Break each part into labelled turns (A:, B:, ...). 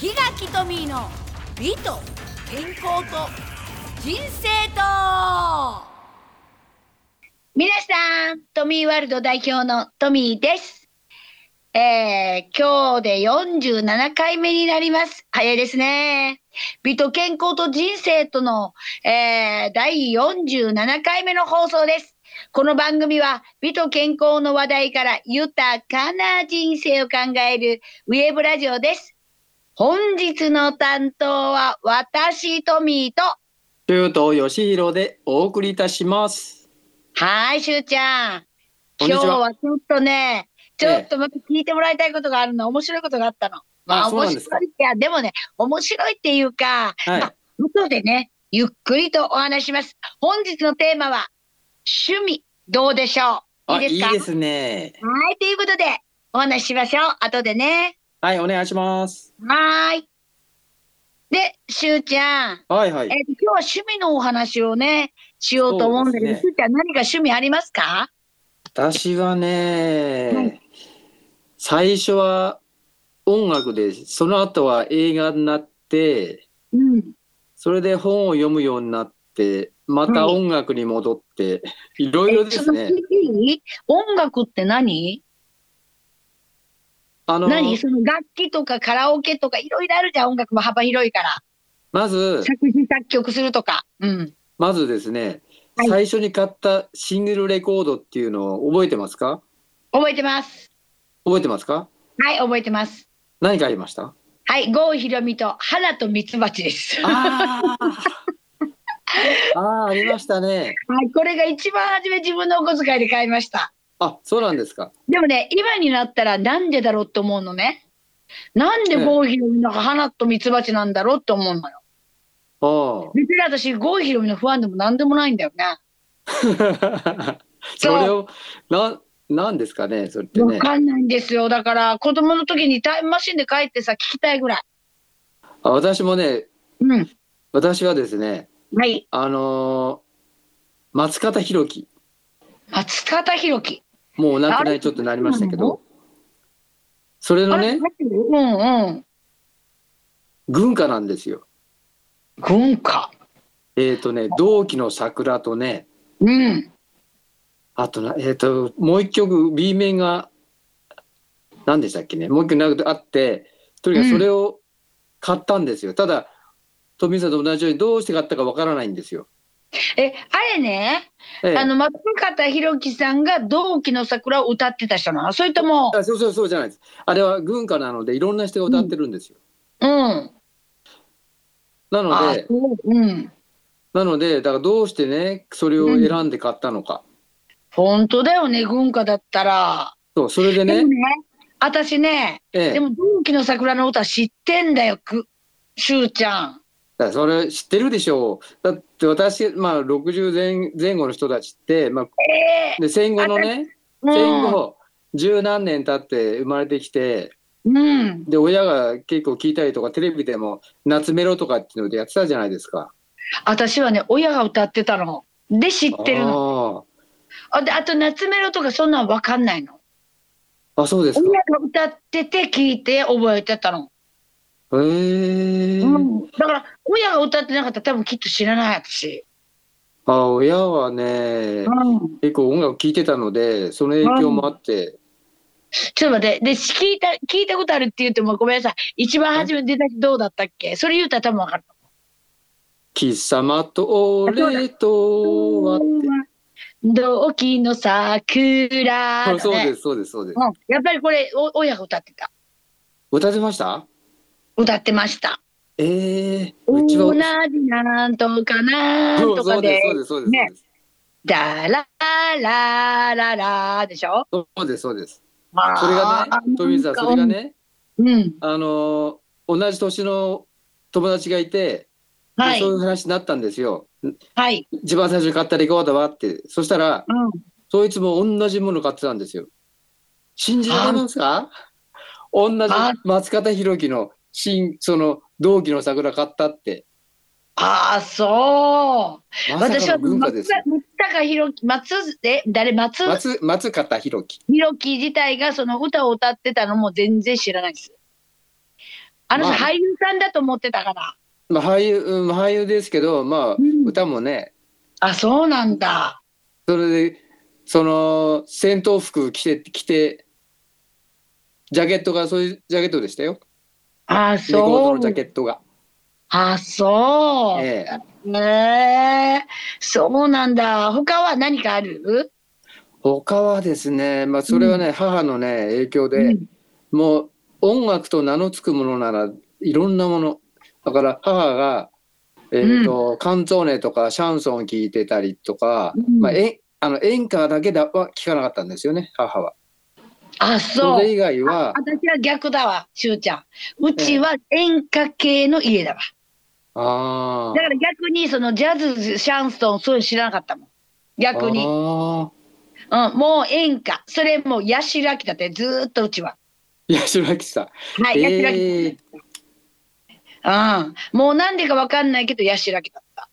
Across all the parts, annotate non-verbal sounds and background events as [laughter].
A: 日がきとみの美と健康と人生と
B: 皆さん、トミーワールド代表のトミーです。えー、今日で47回目になります。早いですね。美と健康と人生との、えー、第47回目の放送です。この番組は美と健康の話題から豊かな人生を考えるウェブラジオです。本日の担当は私トミーと、
C: 中東よしひろでお送りいたします。
B: はい、しゅうちゃん。
C: こん
B: 今
C: に
B: 日
C: ちは。
B: はちょっとね、ち
C: ええ
B: ょっとまた聞いてもらいたいことがあるの、面白いことがあったの。まあ、
C: そう
B: 面
C: なん
B: 白い
C: です
B: い
C: か。
B: や、でもね、面白いっていうか、
C: はい
B: まあ、後でね、ゆっくりとお話しします。本日のテーマは、趣味、どうでしょういい
C: あ、
B: で
C: い
B: す
C: い
B: か
C: ですね。
B: はい、ということで、お話ししましょう。後でね。
C: はい、お願いします。
B: はーい。で、しゅうちゃん。
C: はいはい
B: え。ー今日は趣味のお話をね、しようと思うんだけど、
C: そうです
B: しゅうちゃん何か趣味ありますか
C: 私は
B: は
C: ね、最初は音楽です。その後は映画になって、
B: うん。
C: それで本を読むようになって、また
B: はい
C: 音楽に戻って、いろいろで
B: え
C: す
B: その
C: ね。
B: CD 音楽って何
C: あの、
B: 何その楽器とかカラオケとかいろいろあるじゃん音楽も幅広いから
C: まず、
B: 作詞作曲するとか、うん、
C: まずですね、
B: はい
C: 最初に買ったシングルレコードっていうのを覚えてますか
B: 覚えてます
C: 覚えてますか
B: はい覚えてます
C: 何買いました
B: はい郷ひろみと花と蜜蜂です [laughs] は
C: ああ。ああ、ありましたね。
B: いこれが一番初め自分のお小遣いで買いました
C: あ、そうなんですか。
B: でもね今になったらなんでだろうと思うのねなんで郷ひろみの花と蜜蜂なんだろうと思うのよ
C: [laughs] おお。
B: 別に私郷ひろみのファンでも何でもないんだよね
C: それを、な、なんですかね、それって
B: わ
C: ね。
B: かんないんですよ。だから、子供の時にタイムマシンで帰ってさ、聞きたいぐらい。
C: あ私もね、
B: うん。
C: 私はですね、
B: はい。
C: あのー松方弘樹。
B: 松方弘樹。
C: もうお亡く
B: あ
C: な
B: れ
C: りちょっとなりましたけ
B: そうな
C: ど。それの
B: あれ
C: ね、
B: うんうん。
C: 軍歌なんですよ。
B: 軍歌。
C: えっ、とね、同期の桜とね、
B: うん。
C: あとな、えっ、と、もう一曲 B 面が、何でしたっけね、もう一曲なくあって、とにかくそれを買ったんですよ。ただ、富井さんと同じようにどうして買ったかわからないんですよ。
B: え、あれね、
C: ええ
B: あの、松方弘樹さんが同期の桜を歌ってた人なのそれとも、
C: あそうそうそうじゃないです。あれは軍歌なので、いろんな人が歌ってるんですよ。
B: うん。
C: なの
B: あ
C: で、
B: そううん。
C: なので、だからどうしてね、それを選んで買ったのか。
B: 本当だよね、軍歌だったら。
C: そう、それで
B: で
C: ね
B: も、ね、私ね、
C: ええ、
B: [laughs] で
C: だ
B: も同期の桜の歌知ってんだよ、く、しゅうちゃん。
C: からそれ知ってるでしょう。だって私、まあ、60前前後の人たちって、まあ、
B: ええ
C: で戦後のね、
B: うん
C: 戦後十何年経って生まれてきて
B: うん。
C: で親が結構聞いたりとかテレビでも夏メロとかっていうのでやってたじゃないですか。
B: 私はね親が歌ってたので知ってるの
C: の
B: あであと夏メロとかそんなん分かんないの
C: あーあそうです
B: 親
C: か。
B: が歌ってて聞いて覚えてたの、
C: へえ、
B: うん、だから親が歌ってなかったら多分きっと知らない私、
C: あ親はね
B: うん、
C: 結構音楽聴いてたのでその影響もあって、
B: ちょっと待ってで聞いた聞いたことあるって言ってもごめんなさい一番初め出た時どうだったっけそれ言うたら多分分かる
C: 貴様と俺とはって
B: 同期の桜だ、
C: そう
B: ね、
C: そうですそうですそうです。
B: うん、やっぱりこれお親が歌ってた
C: 歌ってました？
B: 歌ってました
C: ええ
B: 同
C: うち
B: じ
C: は
B: なんとかなん
C: そう
B: と
C: そ
B: か
C: うで
B: です
C: そうですそうですそう
B: ね
C: です
B: だららららでしょ
C: そうですそうです。そ
B: そ
C: れがね富澤それがね。
B: うん
C: あのー同じ年の友達がいて、
B: は
C: そうい
B: いう
C: 話になったんですよ
B: はい
C: 一番最初に買ったレコードはってそしたら
B: うん
C: そいつも同じもの買ってたんですよ信じられますか同じ
B: あ
C: 松方弘樹の新その同期の桜買ったって
B: ああそう
C: まさ
B: 私
C: か
B: は
C: の文化
B: 松
C: ですよ
B: 坂弘樹松え誰松
C: 松松方弘樹
B: 弘樹自体がその歌を歌ってたのも全然知らないですあの人
C: まあ
B: 俳優さんだと思ってたから。
C: まあ、俳優、うん俳優ですけど、まあ、
B: うん
C: 歌もね、
B: あ、そうなんだ。
C: それで、その、戦闘服着て、着て、ジャケットがそういうジャケットでしたよ。
B: あ、
C: レコード
B: そう
C: のジ。ャケットが。
B: あ、そう。
C: ええ
B: ねえそうなんだ。他は何かある
C: 他はですね、まあ、それはね、母のね、影響で、
B: うん
C: もう音楽と名の付くものならいろんなものだから母が、えーとカンツォーネとかシャンソン聴いてたりとか、
B: うん
C: まあ、えあの演歌だけだは聴かなかったんですよね母は。
B: あ、
C: そ
B: そう
C: れ。以外は
B: 私は逆だわ、しゅうちゃん。うちは演歌系の家だわ。
C: あ
B: だ
C: ー
B: から逆にそのジャズ、シャンソン、そういうの知らなかったもん。逆
C: あ
B: に。
C: ー
B: うん、もう演歌。それもうヤシラキだって、ずーっとうちは。
C: 八代亜紀さん。
B: はい、
C: え
B: ヤ
C: ー
B: シラキ。うん、もうなんでかわかんないけど、ヤシラキだった。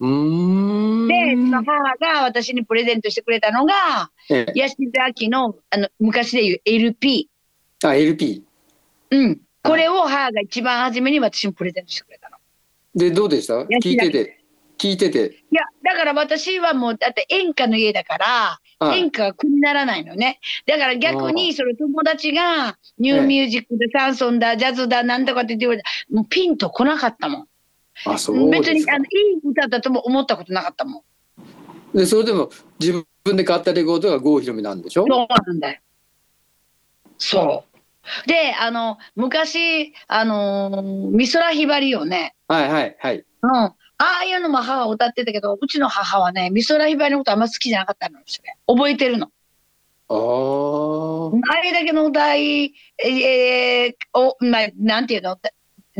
C: うーん
B: で、その母が私にプレゼントしてくれたのが、
C: ええ
B: ヤシラキの、あの、昔で言う LP。
C: あ LP
B: うん。これを母が一番初めに私にプレゼントしてくれたの。
C: でどうでした聴いてて聴いてて
B: いや、だから私はもう、だって演歌の家だから、
C: はい
B: 演歌が苦にならないのね。だから逆
C: あ
B: に、その友達が、ニューミュージックでサンソンだ、ジャズだ、なんとかって言って、もうピンと来なかったも
C: あそうで
B: ん。
C: すか
B: 別にあのいい歌だとも思ったことなかったもん。
C: でそれでも自分で買ったレコードが郷ひろみなんでしょ
B: そうなんだよ。そう。で、あの、美あのー美空ひばりをね、
C: はいはいはい。
B: うん。ああいうのも母は歌ってたけど、うちの母はね、美空ひばりのことあんま好きじゃなかったのよ、それ覚えてるの。
C: ああ。
B: あれだけの大、ええーおまあ、なんていうの、だ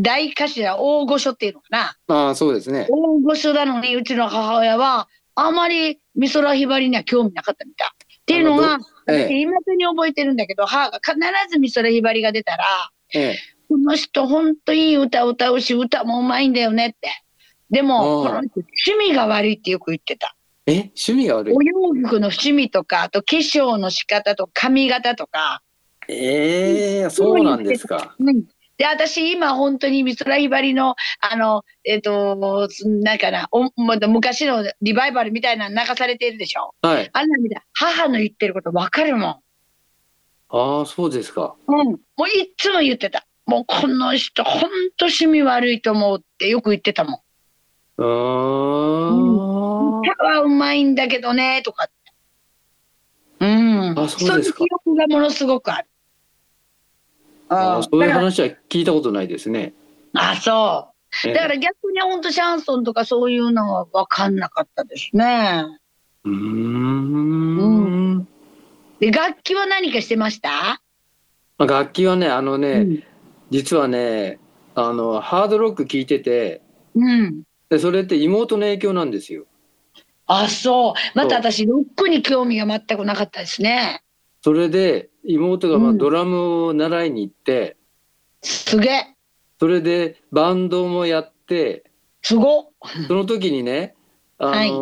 B: 大頭、大御所っていうのかな、
C: ああ、そうですね。
B: 大御所なのに、うちの母親は、あまり美空ひばりには興味なかったみたい。っていうのが、
C: あどええ
B: 私、今手に覚えてるんだけど、母が必ず美空ひばりが出たら、
C: ええ。
B: この人、本当いい歌を歌うし、歌もうまいんだよねって。でも、
C: うん
B: この人趣味が悪いってよく言ってた。
C: え、趣味が悪い
B: お。洋服の趣味とか、あと化粧の仕方と髪型とか、
C: ええそうなんですか。
B: うん、で私今本当に美空ひばりのあのえっ、となんかなおまだ昔のリバイバルみたいなの流されてるでしょ
C: はい。
B: あんなみたい母の言ってること分かるも
C: ああ、そうですか。
B: ん、うん、もういっつも言ってたもうこの人本当趣味悪いと思うってよく言ってたも
C: うー
B: ん
C: ん。
B: 歌はうまいんだけどねとかってうん
C: あそうですか
B: の記憶がものすごくある
C: あ
B: う
C: あ
B: ん
C: そういう
B: だから
C: 話は聞いたことないですね。
B: あそう
C: ええ
B: だから逆に本当シャンソンとかそういうのは分かんなかったですね。
C: うーん。
B: で楽器は何かしてました？
C: まあ楽器はね、あのね、
B: うん
C: 実はね、あの、ハードロック聞いてて、
B: うん。
C: でそれって妹の影響なんですよ。
B: あ、そう。また私ロックに興味が全くなかったですね。
C: それで妹がま
B: う
C: あ
B: ん
C: ドラムを習いに行って、
B: すげえ。
C: それでバンドもやって、
B: すごっ。
C: その時にね、あの
B: はい
C: ー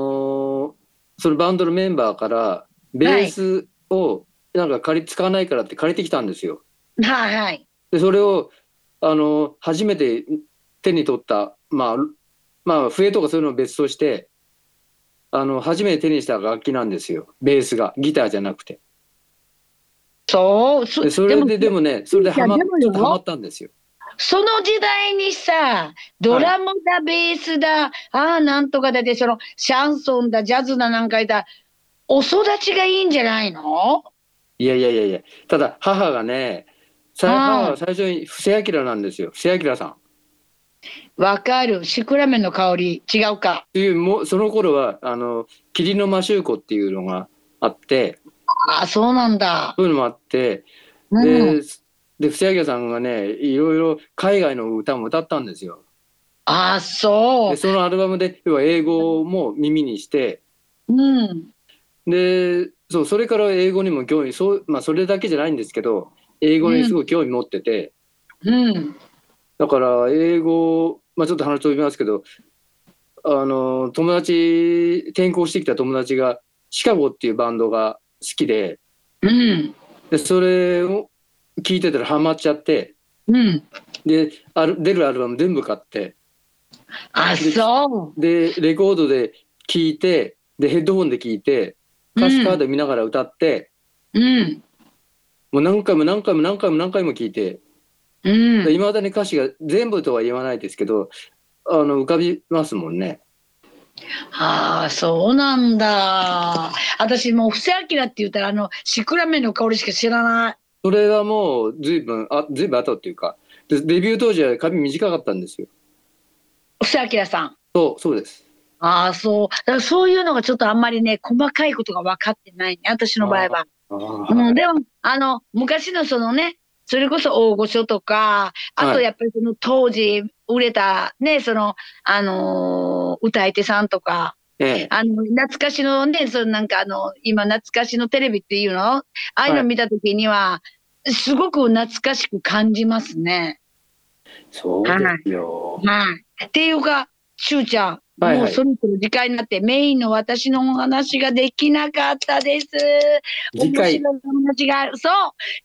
C: そのバンドのメンバーからベースをなんか借り使わないからって借りてきたんですよ。
B: はいはい。
C: でそれをあのー初めて手に取ったまあまあ笛とかそういうのを別として。あの初めて手にした楽器なんですよベースがギターじゃなくて
B: そう。そ
C: でそれでで
B: も
C: もねそれでハマ
B: いやでもよ
C: ちょっとハマったんですよ
B: その時代にさ、ドラムだ、ベースだ、ああなんとかだってそのシャンソンだ、ジャズだなんかいた。お育ちがいいんじゃないの？
C: いやいやいやいやただ母がねさ
B: はい
C: 母は最初に布施明なんですよ布施明さん
B: わかる。シクラメンの香り違うか。
C: っていうもうその頃はあの霧の摩周湖っていうのがあって
B: あ、そうなんだ。
C: そういうのもあって
B: うん、
C: でで布施明さんがねいろいろ海外の歌も歌ったんですよ。
B: あ、そ
C: でそのアルバムで要は英語も耳にして
B: う。うん。
C: でそうそれから英語にも興味そう、まあ、それだけじゃないんですけど英語にすごい興味持ってて、
B: うん。
C: だから英語、まあ、ちょっと話飛びますけどあの友達転校してきた友達がシカゴっていうバンドが好きで。
B: うん。
C: でそれを聞いてたらハマっちゃって
B: うん。
C: である出るアルバム全部買って
B: あ、そ
C: でレコードで聴いてでヘッドホンで聴いて歌詞カード見ながら歌って、
B: う。うん。
C: もう何回も何回も何回も何回も聴いて
B: うん。
C: いま、未だに歌詞が全部とは言わないですけどあの浮かびますもんね。
B: ああ、そうなんだ。私もう布施明って言ったら、あの、シクラメンの香りしか知らない。
C: それはもう随分あ随分後っていうかでデビュー当時は髪短かったんですよ。
B: 布施明さん。
C: そうそうです。
B: ああ、そう。だからそういうのがちょっとあんまりね、細かいことが分かってないね、私の場合は。
C: あー
B: [laughs] うん、でも、あの、昔のそのね、それこそ大御所とか、あと
C: はい
B: やっぱりその当時売れたね、その、あのー歌い手さんとか、
C: ええ
B: あの、懐かしのね、そのなんかあの、今懐かしのテレビっていうのああいうの見た時には、すごく懐かしく感じますね。
C: そうですよ。
B: はい。っていうか、しゅうちゃん、
C: はいはい
B: もうそろそろ時間になって、メインの私のお話ができなかったです。
C: 次
B: 面
C: 回
B: 白いお話がある。そう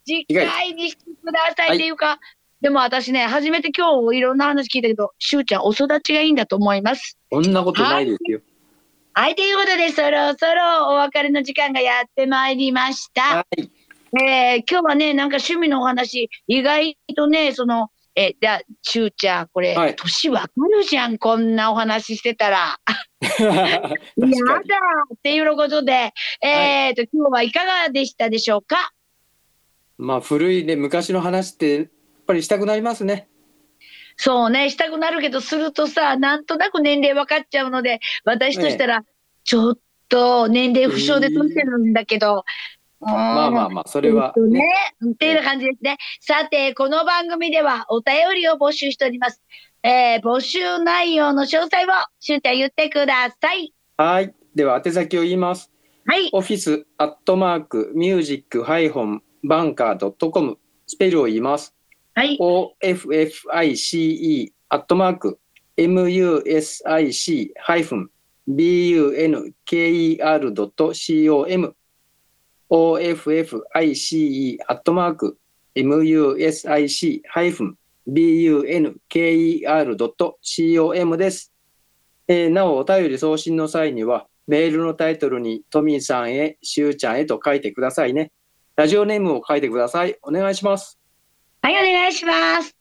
B: 次
C: 回
B: 回にしてくださ
C: はいい
B: っていうか、でも私ね、初めて今日いろんな話聞いたけど、しゅうちゃんお育ちがいいんだと思います。
C: こんなことないですよ。
B: はい、ということで、そろそろお別れの時間がやってまいりました。
C: はい。
B: えー今日はね、なんか趣味のお話、意外とね、その、えー、じゃあ、ちゅうちゃん、これ、
C: はい
B: 年わかるじゃん、こんなお話してたら。やだ
C: 確かに
B: っていうことで、えーと、今日はいかがでしたでしょうか
C: まあ古いね昔の話ってやっぱりしたくなりますね。
B: そうね、したくなるけど、するとさ、なんとなく年齢分かっちゃうので、私としたら、ちょっと年齢不詳で撮ってるんだけど、
C: ま
B: ま
C: あまあまあそれはね
B: ね。っていうような感じですね。さて、この番組ではお便りを募集しております。えー、募集内容の詳細を、しゅうちゃん言ってください。
C: はい。では宛先を言います。
B: はい。
C: オフィスアットマークミュージックハイフォンバンカードットコムスペルを言います。
B: はい。
C: O F F I C E アットマーク M U S I C ハイフン B U N K E R ドット C O M O F F I C E アットマーク M U S I C ハイフン B U N K E R ドット C O M です。えーなお、お便り送信の際には、メールのタイトルにトミーさんへ、しゅうちゃんへと書いてくださいね。ラジオネームを書いてください。お願いします。
B: はい、お願いします。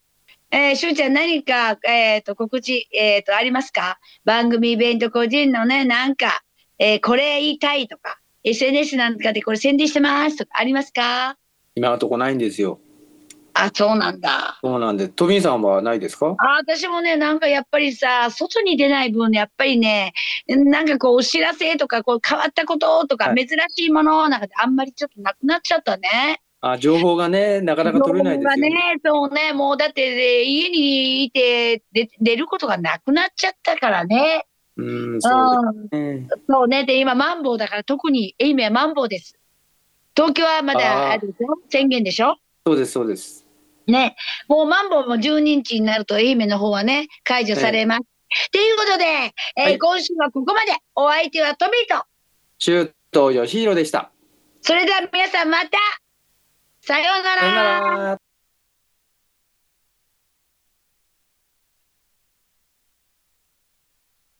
B: えー、しゅうちゃん何か、えっ、と、告知、えっ、と、ありますか番組イベント個人のね、なんか、えーこれ言いたいとか、SNS なんかでこれ宣伝してますとか、ありますか
C: 今のとこないんですよ。
B: あ、そうなんだ。
C: そうなんで、トミーさんはないですか
B: あ私もね、なんかやっぱりさ、外に出ない分、やっぱりね、なんかこう、お知らせとか、こう、変わったこととか、
C: はい
B: 珍しいものなんかであんまりちょっとなくなっちゃったね。
C: あ情報がね、なかなか取れないですよね。
B: ね、そうね、もうだって、ね、家にいてで出ることがなくなっちゃったからね。
C: うん、
B: う
C: そ
B: ん
C: うですね。
B: そうね、で、今、マンボウだから、特に愛媛はマンボウです。東京はまだ
C: あー
B: あれでしょ宣言でしょ
C: そうです、そうです。
B: ね、もうマンボウも12日になると愛媛の方はね、解除されます。と、いうことで、えー
C: はい
B: 今週はここまで。お相手はトミーと。
C: シュートヨシヒロでした。
B: それでは皆さんまた。さような
C: さよ
B: ら
C: な。ら。